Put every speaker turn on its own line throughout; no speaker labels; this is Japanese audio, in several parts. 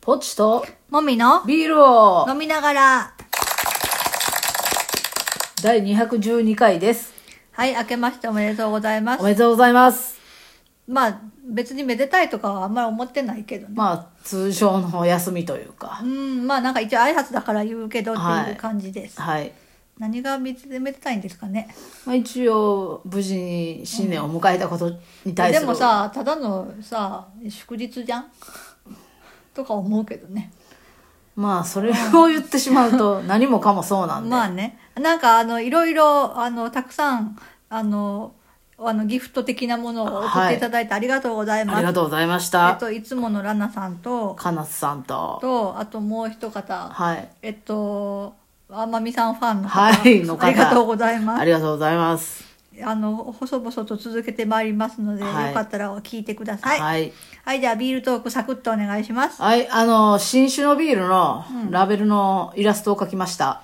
ポチと
もみの
ビールを
飲みながら。
第212回です。
はい、明けましておめでとうございま
お
す。
めでとうございます。
まあ、別にめでたいとかはあんまり思ってないけどね。
まあ、通常のお休みというか
う。ん、まあなんか一応挨拶だから言うけどって
はい
いう感じです。
はい。
何がめでめでたいんですかね。
まあ、一応、無事に新年を迎えたことに対す
で
る。
も、さ、ただのさ、祝日じゃんとか思うけどね。
まあ、それを言ってしまうと、何もかもそうなんで。
まあね。なんかあの、いろいろ、あの、たくさん、あの、あのギフト的なものを送っていただいてありがとうございます。
ありがとうございまし。
えったと、いつものラナさんと、
かなつさんと。
と、あともう一方、
はい。
えっと、天海さんファンの方、
はいの方
ありがとうございま
あ
す。
りがとうございます。
あの、細々と続けてまいりますので、
はい
よかったらお聞いてください。はい、
はい。
じゃあビールトークサクッとお願いします。
はい、あの、新種のビールのラベルのイラストを描きました。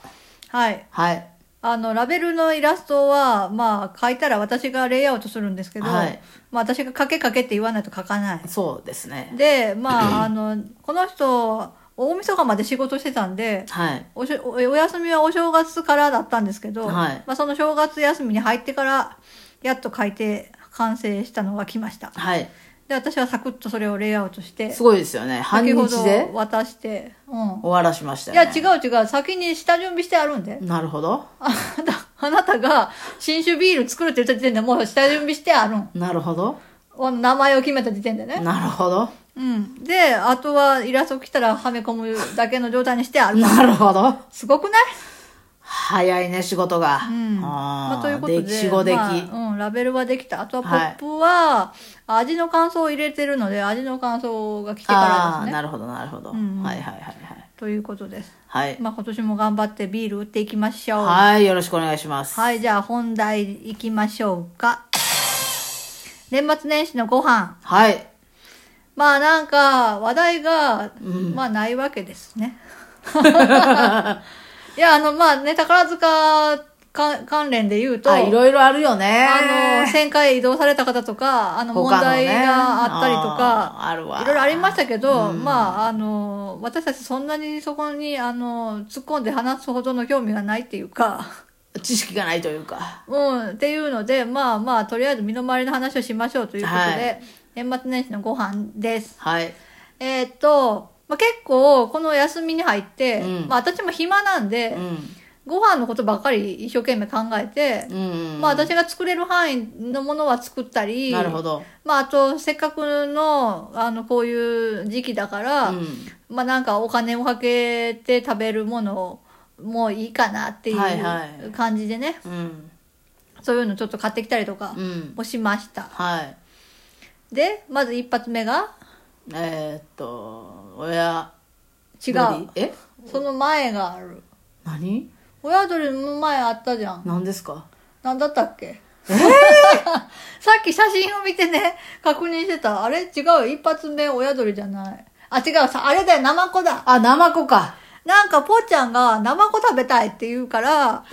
はい。
はい。
あの、ラベルのイラストは、まあ、書いたら私がレイアウトするんですけど、
はい
まあ、私が書け書けって言わないと書かない。
そうですね。
で、 まあ、あの、この人、大晦日まで仕事してたんで、
はい。
おしょおお休みはお正月からだったんですけど、
はい
まあ、その正月休みに入ってからやっと書いて完成したのが来ました
はい。
で私はサクッとそれをレイアウトして
すごいですよね。半
先
日
ほ
で
ど渡して、うん、
終わらしました
い
よ
や
ね。
違う違う先に下準備してあるんで、
なるほど。
あなたあなたが新種ビール作るって言った時点でもう下準備してあるん
なるほど。
あの名前を決めた時点でね、
なるほど。
うん、であとはイラスト来たらはめ込むだけの状態にしてある
なるほど。
すごくない
早いね、仕事が。
うん
あ
まあ、
ー
ということで
き仕事でき。
まあうん、ラベルはできたあとはポ
はい
ップは味の感想を入れてるので、味の感想が来て
あ
から
あ
で
ー、
すね
なるほど、なるほど。
んうん
はいはいはいはい。
ということです、
はい。
まあ、今年も頑張ってビール売っていきましょうはい、
はい、よろしくお願いします。
じゃあ本題いきましょうか年末年始のご飯
はい。
まあなんか話題が、まあないわけです ねいやあのまあね宝塚か関連で言うと
あ、いろいろあるよね。
あの、旋回移動された方とか、あの、問
他の
題
ね
があったりとか、
あーあるわ。
いろいろありましたけど、まあ、あの、私たちそんなにそこに、あの、突っ込んで話すほどの興味がないっていうか、
知識がないというか。
うん、っていうので、まあまあ、とりあえず身の回りの話をしましょうということで、
はい
年末年始のご飯です。
はい。
えーっと、まあ、結構、この休みに入って、
うん
まあ、私も暇なんで、
うん。
ご飯のことばっかり一生懸命考えて、
うん、
まあ、私が作れる範囲のものは作ったり、
なるほど。
まあ、あと、せっかくの、あの、こういう時期だから、
うん。
まあなんかお金をかけて食べるものもいいかなってい
はいは
う感じでね、
うん。
そういうのちょっと買ってきたりとか
うん。
もしました。
はい。
で、まず一発目が、
えーっと、親。
違う。
う。え
その前がある。
何
親鳥の前あったじゃん。
何ですか
なんだったっけ さっき写真を見てね、確認してた。あれ違う。一発目親鳥じゃない。あ、違う。さあれだよ。ナマコだ。
あ、ナマコか。
なんかぽーちゃんがナマコ食べたいって言うから、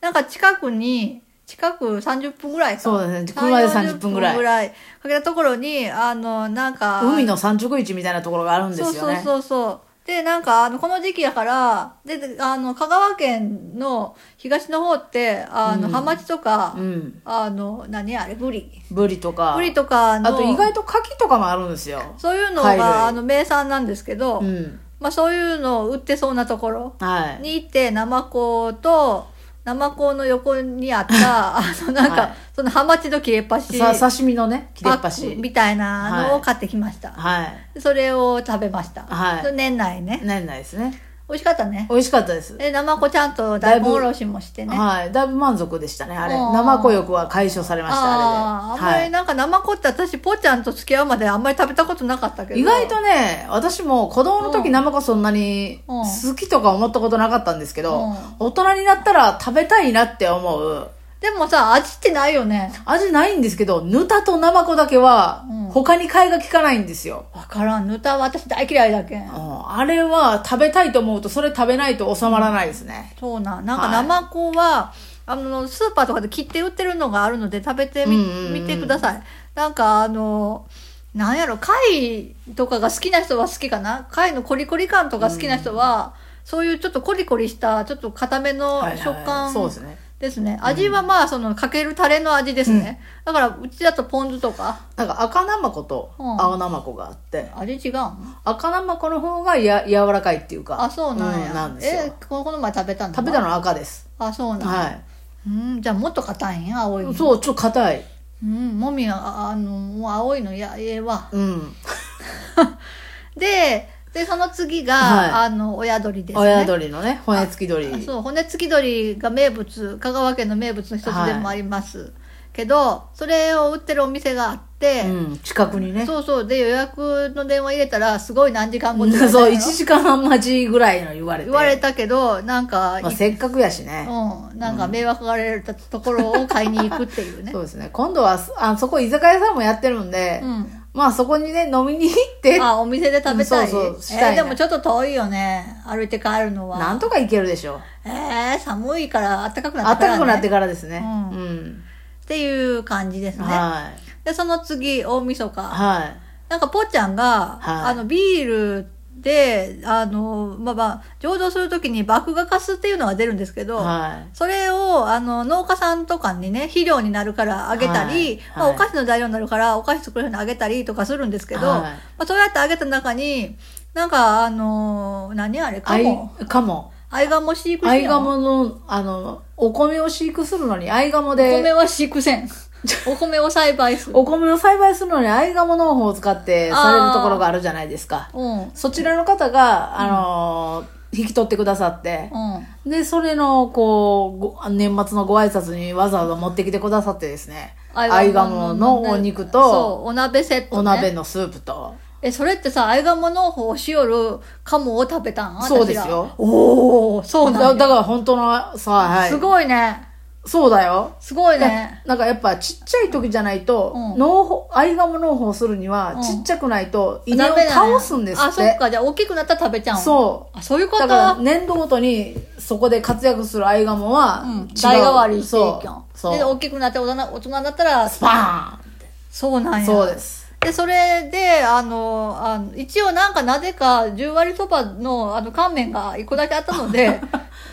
なんか近くに、近く30分ぐらいか。
そうだね車で30分ぐらい
30かけたところに、あの、なんか。
海
の
の産直市みたいなところがあるんですよね。
そうそうそうそう。で、なんか、あの、この時期やから、で、であの、香川県の東の方って、あの、ハマチとか、
うん。
あの、何あれ、ブリ。
ブリとか。
ブリとかの、
あと意外と牡蠣とかもあるんですよ。
そういうの
貝類
が、あの、名産なんですけど、
うん。
まあそういうのを売ってそうなところ。
はい。
に行って、ナマコと、ナマコの横にあった、あの、なんか、
はい
そのハマチの切れっ端。
さ、刺身のね、切れっ
パッ
端
ク。みたいなのを買ってきました。
はい。
それを食べました。
はい
それ年内ね。
なんないですね。
美味しかったね。
美味しかったです。
で、ナマコちゃんと
だい
大
ぶ
根おろしもしてね。
はい。だいぶ満足でしたね、あれ。
うん
生子欲は解消されました、
あ
あ
あー、あんま
れ
り
で。は
なんかナマコって私、ぽーちゃんと付き合うまであんまり食べたことなかったけど。
い。意外とね、私も子供の
う
時
ん
生子そんなに
うん
好きとか思ったことなかったんですけ
う
ど
ん、
大人になったら食べたいなって思う。
でもさ、味ってないよね。
味ないんですけど、ヌタとナマコだけは
うん、
他に替えが効かないんですよ。
わからん。ぬたは私大嫌いだけ
う。
ん
んあれは食べたいと思うと、それ食べないと収まらないですね。
そうなん。なん
は
か
い
ナマコは、あの、スーパーとかで切って売ってるのがあるので、食べてみ、
うんうんうん
見てください。なんかあの、なんやろ、貝とかが好きな人は好きかな貝のコリコリ感とか好きな人は、そういうちょっとコリコリした、ちょっと硬めの
はいはい
食感
そうですね。
ですね。味はまあ、その、かけるタレの味ですね。だから、うちだとポン酢とか、
なんか赤ナマコと
うん
青ナマコがあって、
味違うん
赤ナマコの方がや柔らかいっていうか。
あ、そうなんや。
うなんです
え
よ。、
ここの前食べたの
食べたのは赤です。
あ、そうなんや。
は
うん、じゃあもっと硬いんや、青いの。
い。そう、ちょっと硬い。
うん、もみは、ああの、もう青いの、いや、ええわ。
うん。
で、で、その次が、
はい
あの、親鳥ですね。
親鳥のね、骨付き鳥。
あそう、骨付き鳥が名物、香川県の名物の一つでもあります。けど、それを売ってるお店があって、
うん、近くにね。
そうそう、で、予約の電話入れたら、すごい何時間後って言われたの
そう、1時間半待ちぐらいの言われて。
言われたけど、なんか、
まあ、せっかくやしね。
うん、なんか迷惑がれたところを買いに行くっていうね
そ。うですね。今度は、あそこ居酒屋さんもやってるんで、
うん。
まあそこにね、飲みに行って、
あ、お店で食べたい。
うんそうそうしたいね
えーでもちょっと遠いよね。歩いて帰るのは。
なんとか行けるでしょう。
えー、寒いから暖かくな
暖
ってから、
か
ね。
くなってからですね。
う
うん。
っていう感じですね。
はい。
で、その次、大晦日。
はい。
なんか、ぽっちゃんが、
はい
あの、ビールで、あの、まあまあ、醸造するときに麦芽かすっていうのが出るんですけど、
は
それを、あの、農家さんとかにね、肥料になるからあげたり、
はい
まあ、
はい
お菓子の材料になるから、お菓子作る人にあげたりとかするんですけど、
はい
まあ、そうやってあげた中に、なんか、あの、何あれ、
い。
カ
あい
モ。、
かも。
アイガモ飼育
アイガ
お
モの、あの、お米を飼育するのに、アイガモで、
米は飼育せ ん。お米を栽培する。
お米を栽培するのに、アイガモ農法を使ってされるところがあるじゃないですか。
うん。うん。
そちらの方が、あの、引き取ってくださって、で、それの、こうご、年末のご挨拶にわざわざ持ってきてくださってですね、アイガモのお肉
そ
と、
う、お鍋セット、ね。
お鍋のスープと、
え、それってさ、アイガモ農法をしよるカモを食べたん私ら
そうですよ
おおそうな
だ
ん
だ
だ。
から本当のさ、はい。
すごいね。
そうだよ。
すごいね。
なんかやっぱちっちゃい時じゃないと、
うん
農法、アイガモ農法するには
う、ん
ちっちゃくないと稲を
ダメだね
倒すんです
あ、
って。
そっか。じゃあ大きくなったら食べちゃうん。。
そう
あ、そういうこ
だ
と
から年度ごとにそこで活躍するアイガモは、
うん。
違う
代替わりしていきょん
そ。う。そう
で、大きくなって大人大人になったら、
スパ
そうな
ー
ん
ン
や。
そうです。
で、それで、あの、あの一応なんかなぜか10割そばのあの乾麺が1個だけあった ので、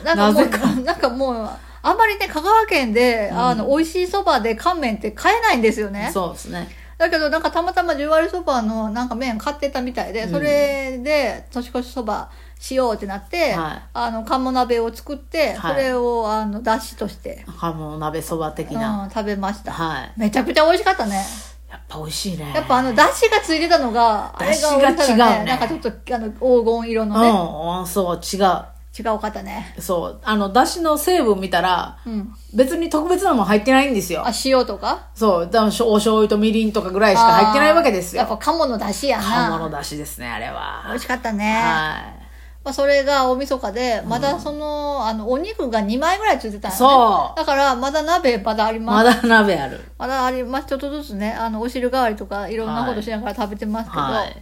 なんかもう、
なぜか
なんかもう、あんまりね、香川県で、あの、美味しいそばで乾麺って買えないんですよね。
そうですね。
だけど、なんかたまたま10割そばのなんか麺買ってたみたいで、
うん
それで年越しそばしようってなって、
はい
あの、鴨鍋を作って、
はい
それを、あの、だしとして、
ハモ鍋そば的
う
な。
ん、食べました。
はい。
めちゃくちゃ美味しかったね。
やっぱ美味しいね。
やっぱあの、出汁がついてたのが、あれが美味しかった
出汁が違うね
なんかちょっと、あの、黄金色のね、
うん、うん、そう、違う。
違うかったね。
そう。あの、だしの成分見たら、
うん。
別に特別なもん入ってないんですよ
あ。、塩とか
そう、だからしょお醤油とみりんとかぐらいしか入ってないわけです
あーや
よ。
っぱ鴨の出汁や
鴨の
な。
出汁ですね、あれ
美
は。
味しかったね。
は
まあ、それが大晦日で、まだその、あの、お肉が2枚ぐらいついてたん
い。
やね。
そ
だから、まだ鍋、まだあり
う。
ま
ま
す。まだ
だ鍋ある。
あります。ちょっとずつね、あの、お汁代わりとか、いろんなことしながら食べてますけど。
はい。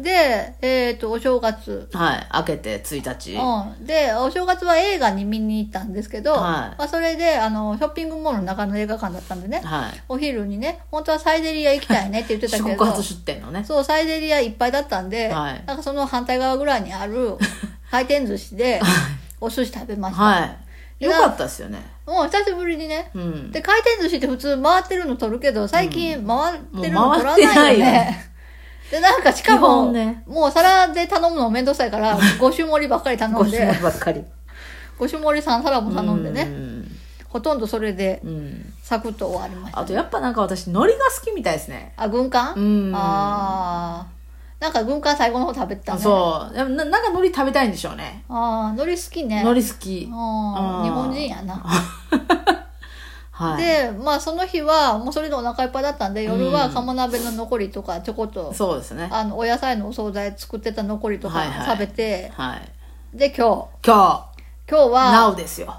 で、えっ、と、お正月。
はい。開けて1日。
うん、でお正月は映画に見に行ったんですけど、
はい
まあ、それであのショッピングモールの中の映画館だったんでね、
はい。
お昼にね本当はサイゼリア行きたいねって言ってた
四
け
国
ど
初出店のね。
そうサイゼリアいっぱいだったんで、
はい
なんかその反対側ぐらいに ある回転寿司でお寿司食べました、
はい。
で
よかったですよね。
もう久しぶりにね
うん。
で回転寿司って普通回ってるの取るけど最近回ってるの取ら
もう回っ
ない
て
よ
ないよ
ね、でなんかしか
基
も、
本ね
もう皿で頼むの面倒くさいから5種盛りばっかり頼
ご
ん
ち
で
そうばっかり。
五種盛りさん皿も 頼んでね、
うん
ほとんどそれで
うん。
サクッと終わりました
あとやっぱなんか私、海苔が好きみたいですね。
あ軍艦、
うん
ああなんか軍艦最後の方食べてたね
そう。でもななんか海苔食べたいんでしょうね。
ああ海苔好きね
海苔好き。
あ
うん
ー日本人やな、
はい。
でまあその日はもうそれでお腹いっぱいだったんで夜は
うん
鴨鍋の残りとかちょこっと、
そうですね。
あのお野菜のお惣菜作ってた残りと
はい
か
はい
食べて、
はい。
で今
今
日今日
日、なお
は
ですよ。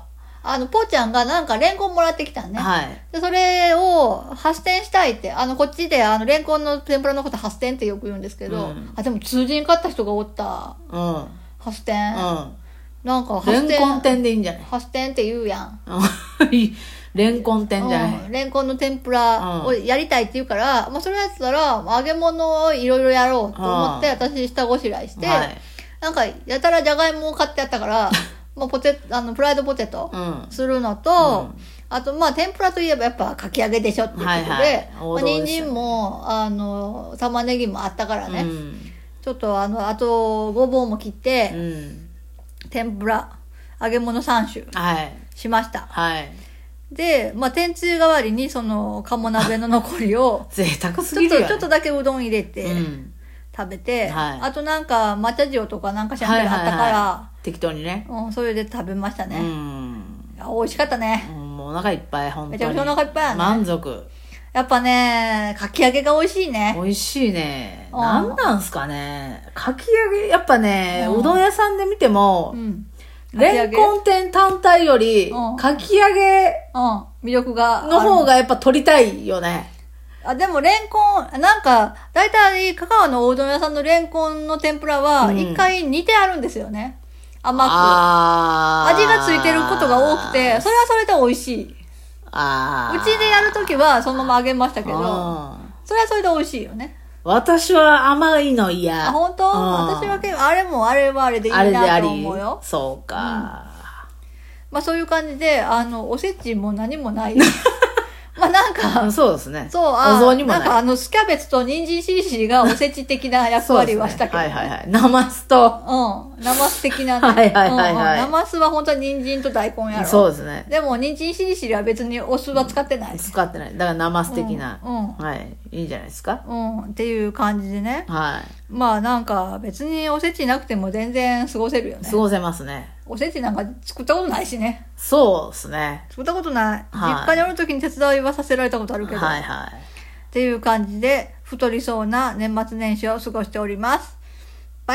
あのぽーちゃんがなんかレンコンもらってきたね、
はい。
で、それを発展したいって、あの、こっちで、あの、レンコンの天ぷらのこと発展ってよく言うんですけ
う
ど、
ん
あ、でも通じんかった人がおった。
うん。うん。
発展。なんか発
レ
展。
ンコン店でいいんじゃない
発展って言うやん。
うん レンコン店じゃない、
うんレンコンの天ぷらをやりたいって言うから、まあ、それやったら揚げ物をいろいろやろうと思って、
うん
私下ごしらえして、
はい
なんかやたらじゃがいもを買ってやっ たから、まあ、ポテあのフライドポテト
うん
するのと、
うん
あとまあ天ぷらといえばやっぱかき揚げでしょっていうことで、
はいはい
ま
王
あ、
道ですよね
人参もあの玉ねぎもあったからね、
うん
ちょっとあのあとごぼうも切って、
うん
天ぷら揚げ物3種
はい
しました
はい
で、まあ、天つゆ代わりにその鴨鍋の残りを
贅沢 す
ちょ
ぎ
っ
るよ、
と
ね、
ちょっとだけうどん入れて
うん
食べて、
はい
あとなんか抹茶塩とかなんかしらん
は
け
い
どあ
は
っ
い
たから、
はい適当にね
うん、それで食べました
う
ね、
ん
あ美味しかったね
うんもうお腹いっぱい本当に
めちゃくちゃお腹いっぱいやね
満足
やっぱねかき揚げが美味しいね
美味しいね
うん
なんなんすかねかき揚げやっぱね、
う
うんどん屋さんで見ても
う、ん
レンコ
ン
ン店単体より、
うん
かき揚げ
うん魅力がある
の方がやっぱ取りたいよね。
あでもレンコンなんか大体香川のおうどん屋さんのレンコンの天ぷらは
うん
一回煮てあるんですよね、甘く
あー
味がついてることが多くて、それはそれで美味しい。う
あー
ちでやるときはそのまま揚げましたけ
う
ど、
ん
それはそれで美味しいよね。
私は甘いの嫌。
あ、本当
うん
私は結構、あれもあれはあれでいい
あれであ
なと
り
思うよ。
そうか。
まあそういう感じで、あの、おせちも何 もない。まあなん
う
か、
んそうですね。
そう、あ
お雑煮もない
んかあの、スキャベツと人参しりしりがおせち的な役割はしたけど。
そうですねはいはいはい。ナマスと、
うん。ナマス的なね。
はいはいはいはい
うんうんナマスは本当は人参と大根やろ。
そうですね。
でも、人参しりしりは別にお酢は使ってない。
使ってない。だからナマス的な。
うんうん
はい。いいんじゃないですか。
うん、っていう感じでね。
は
まあなんか別におせちなくても全然過ごせるよ
い。
ね
過。ごせますね。
おせちなんか作ったことないしね。
そうですね。
作ったことない。
はい
実家におる時に手伝いはさせられたことあるけど。
はい
っ
はい。
ていう感じで、太りそうな年末年始を過ごしております。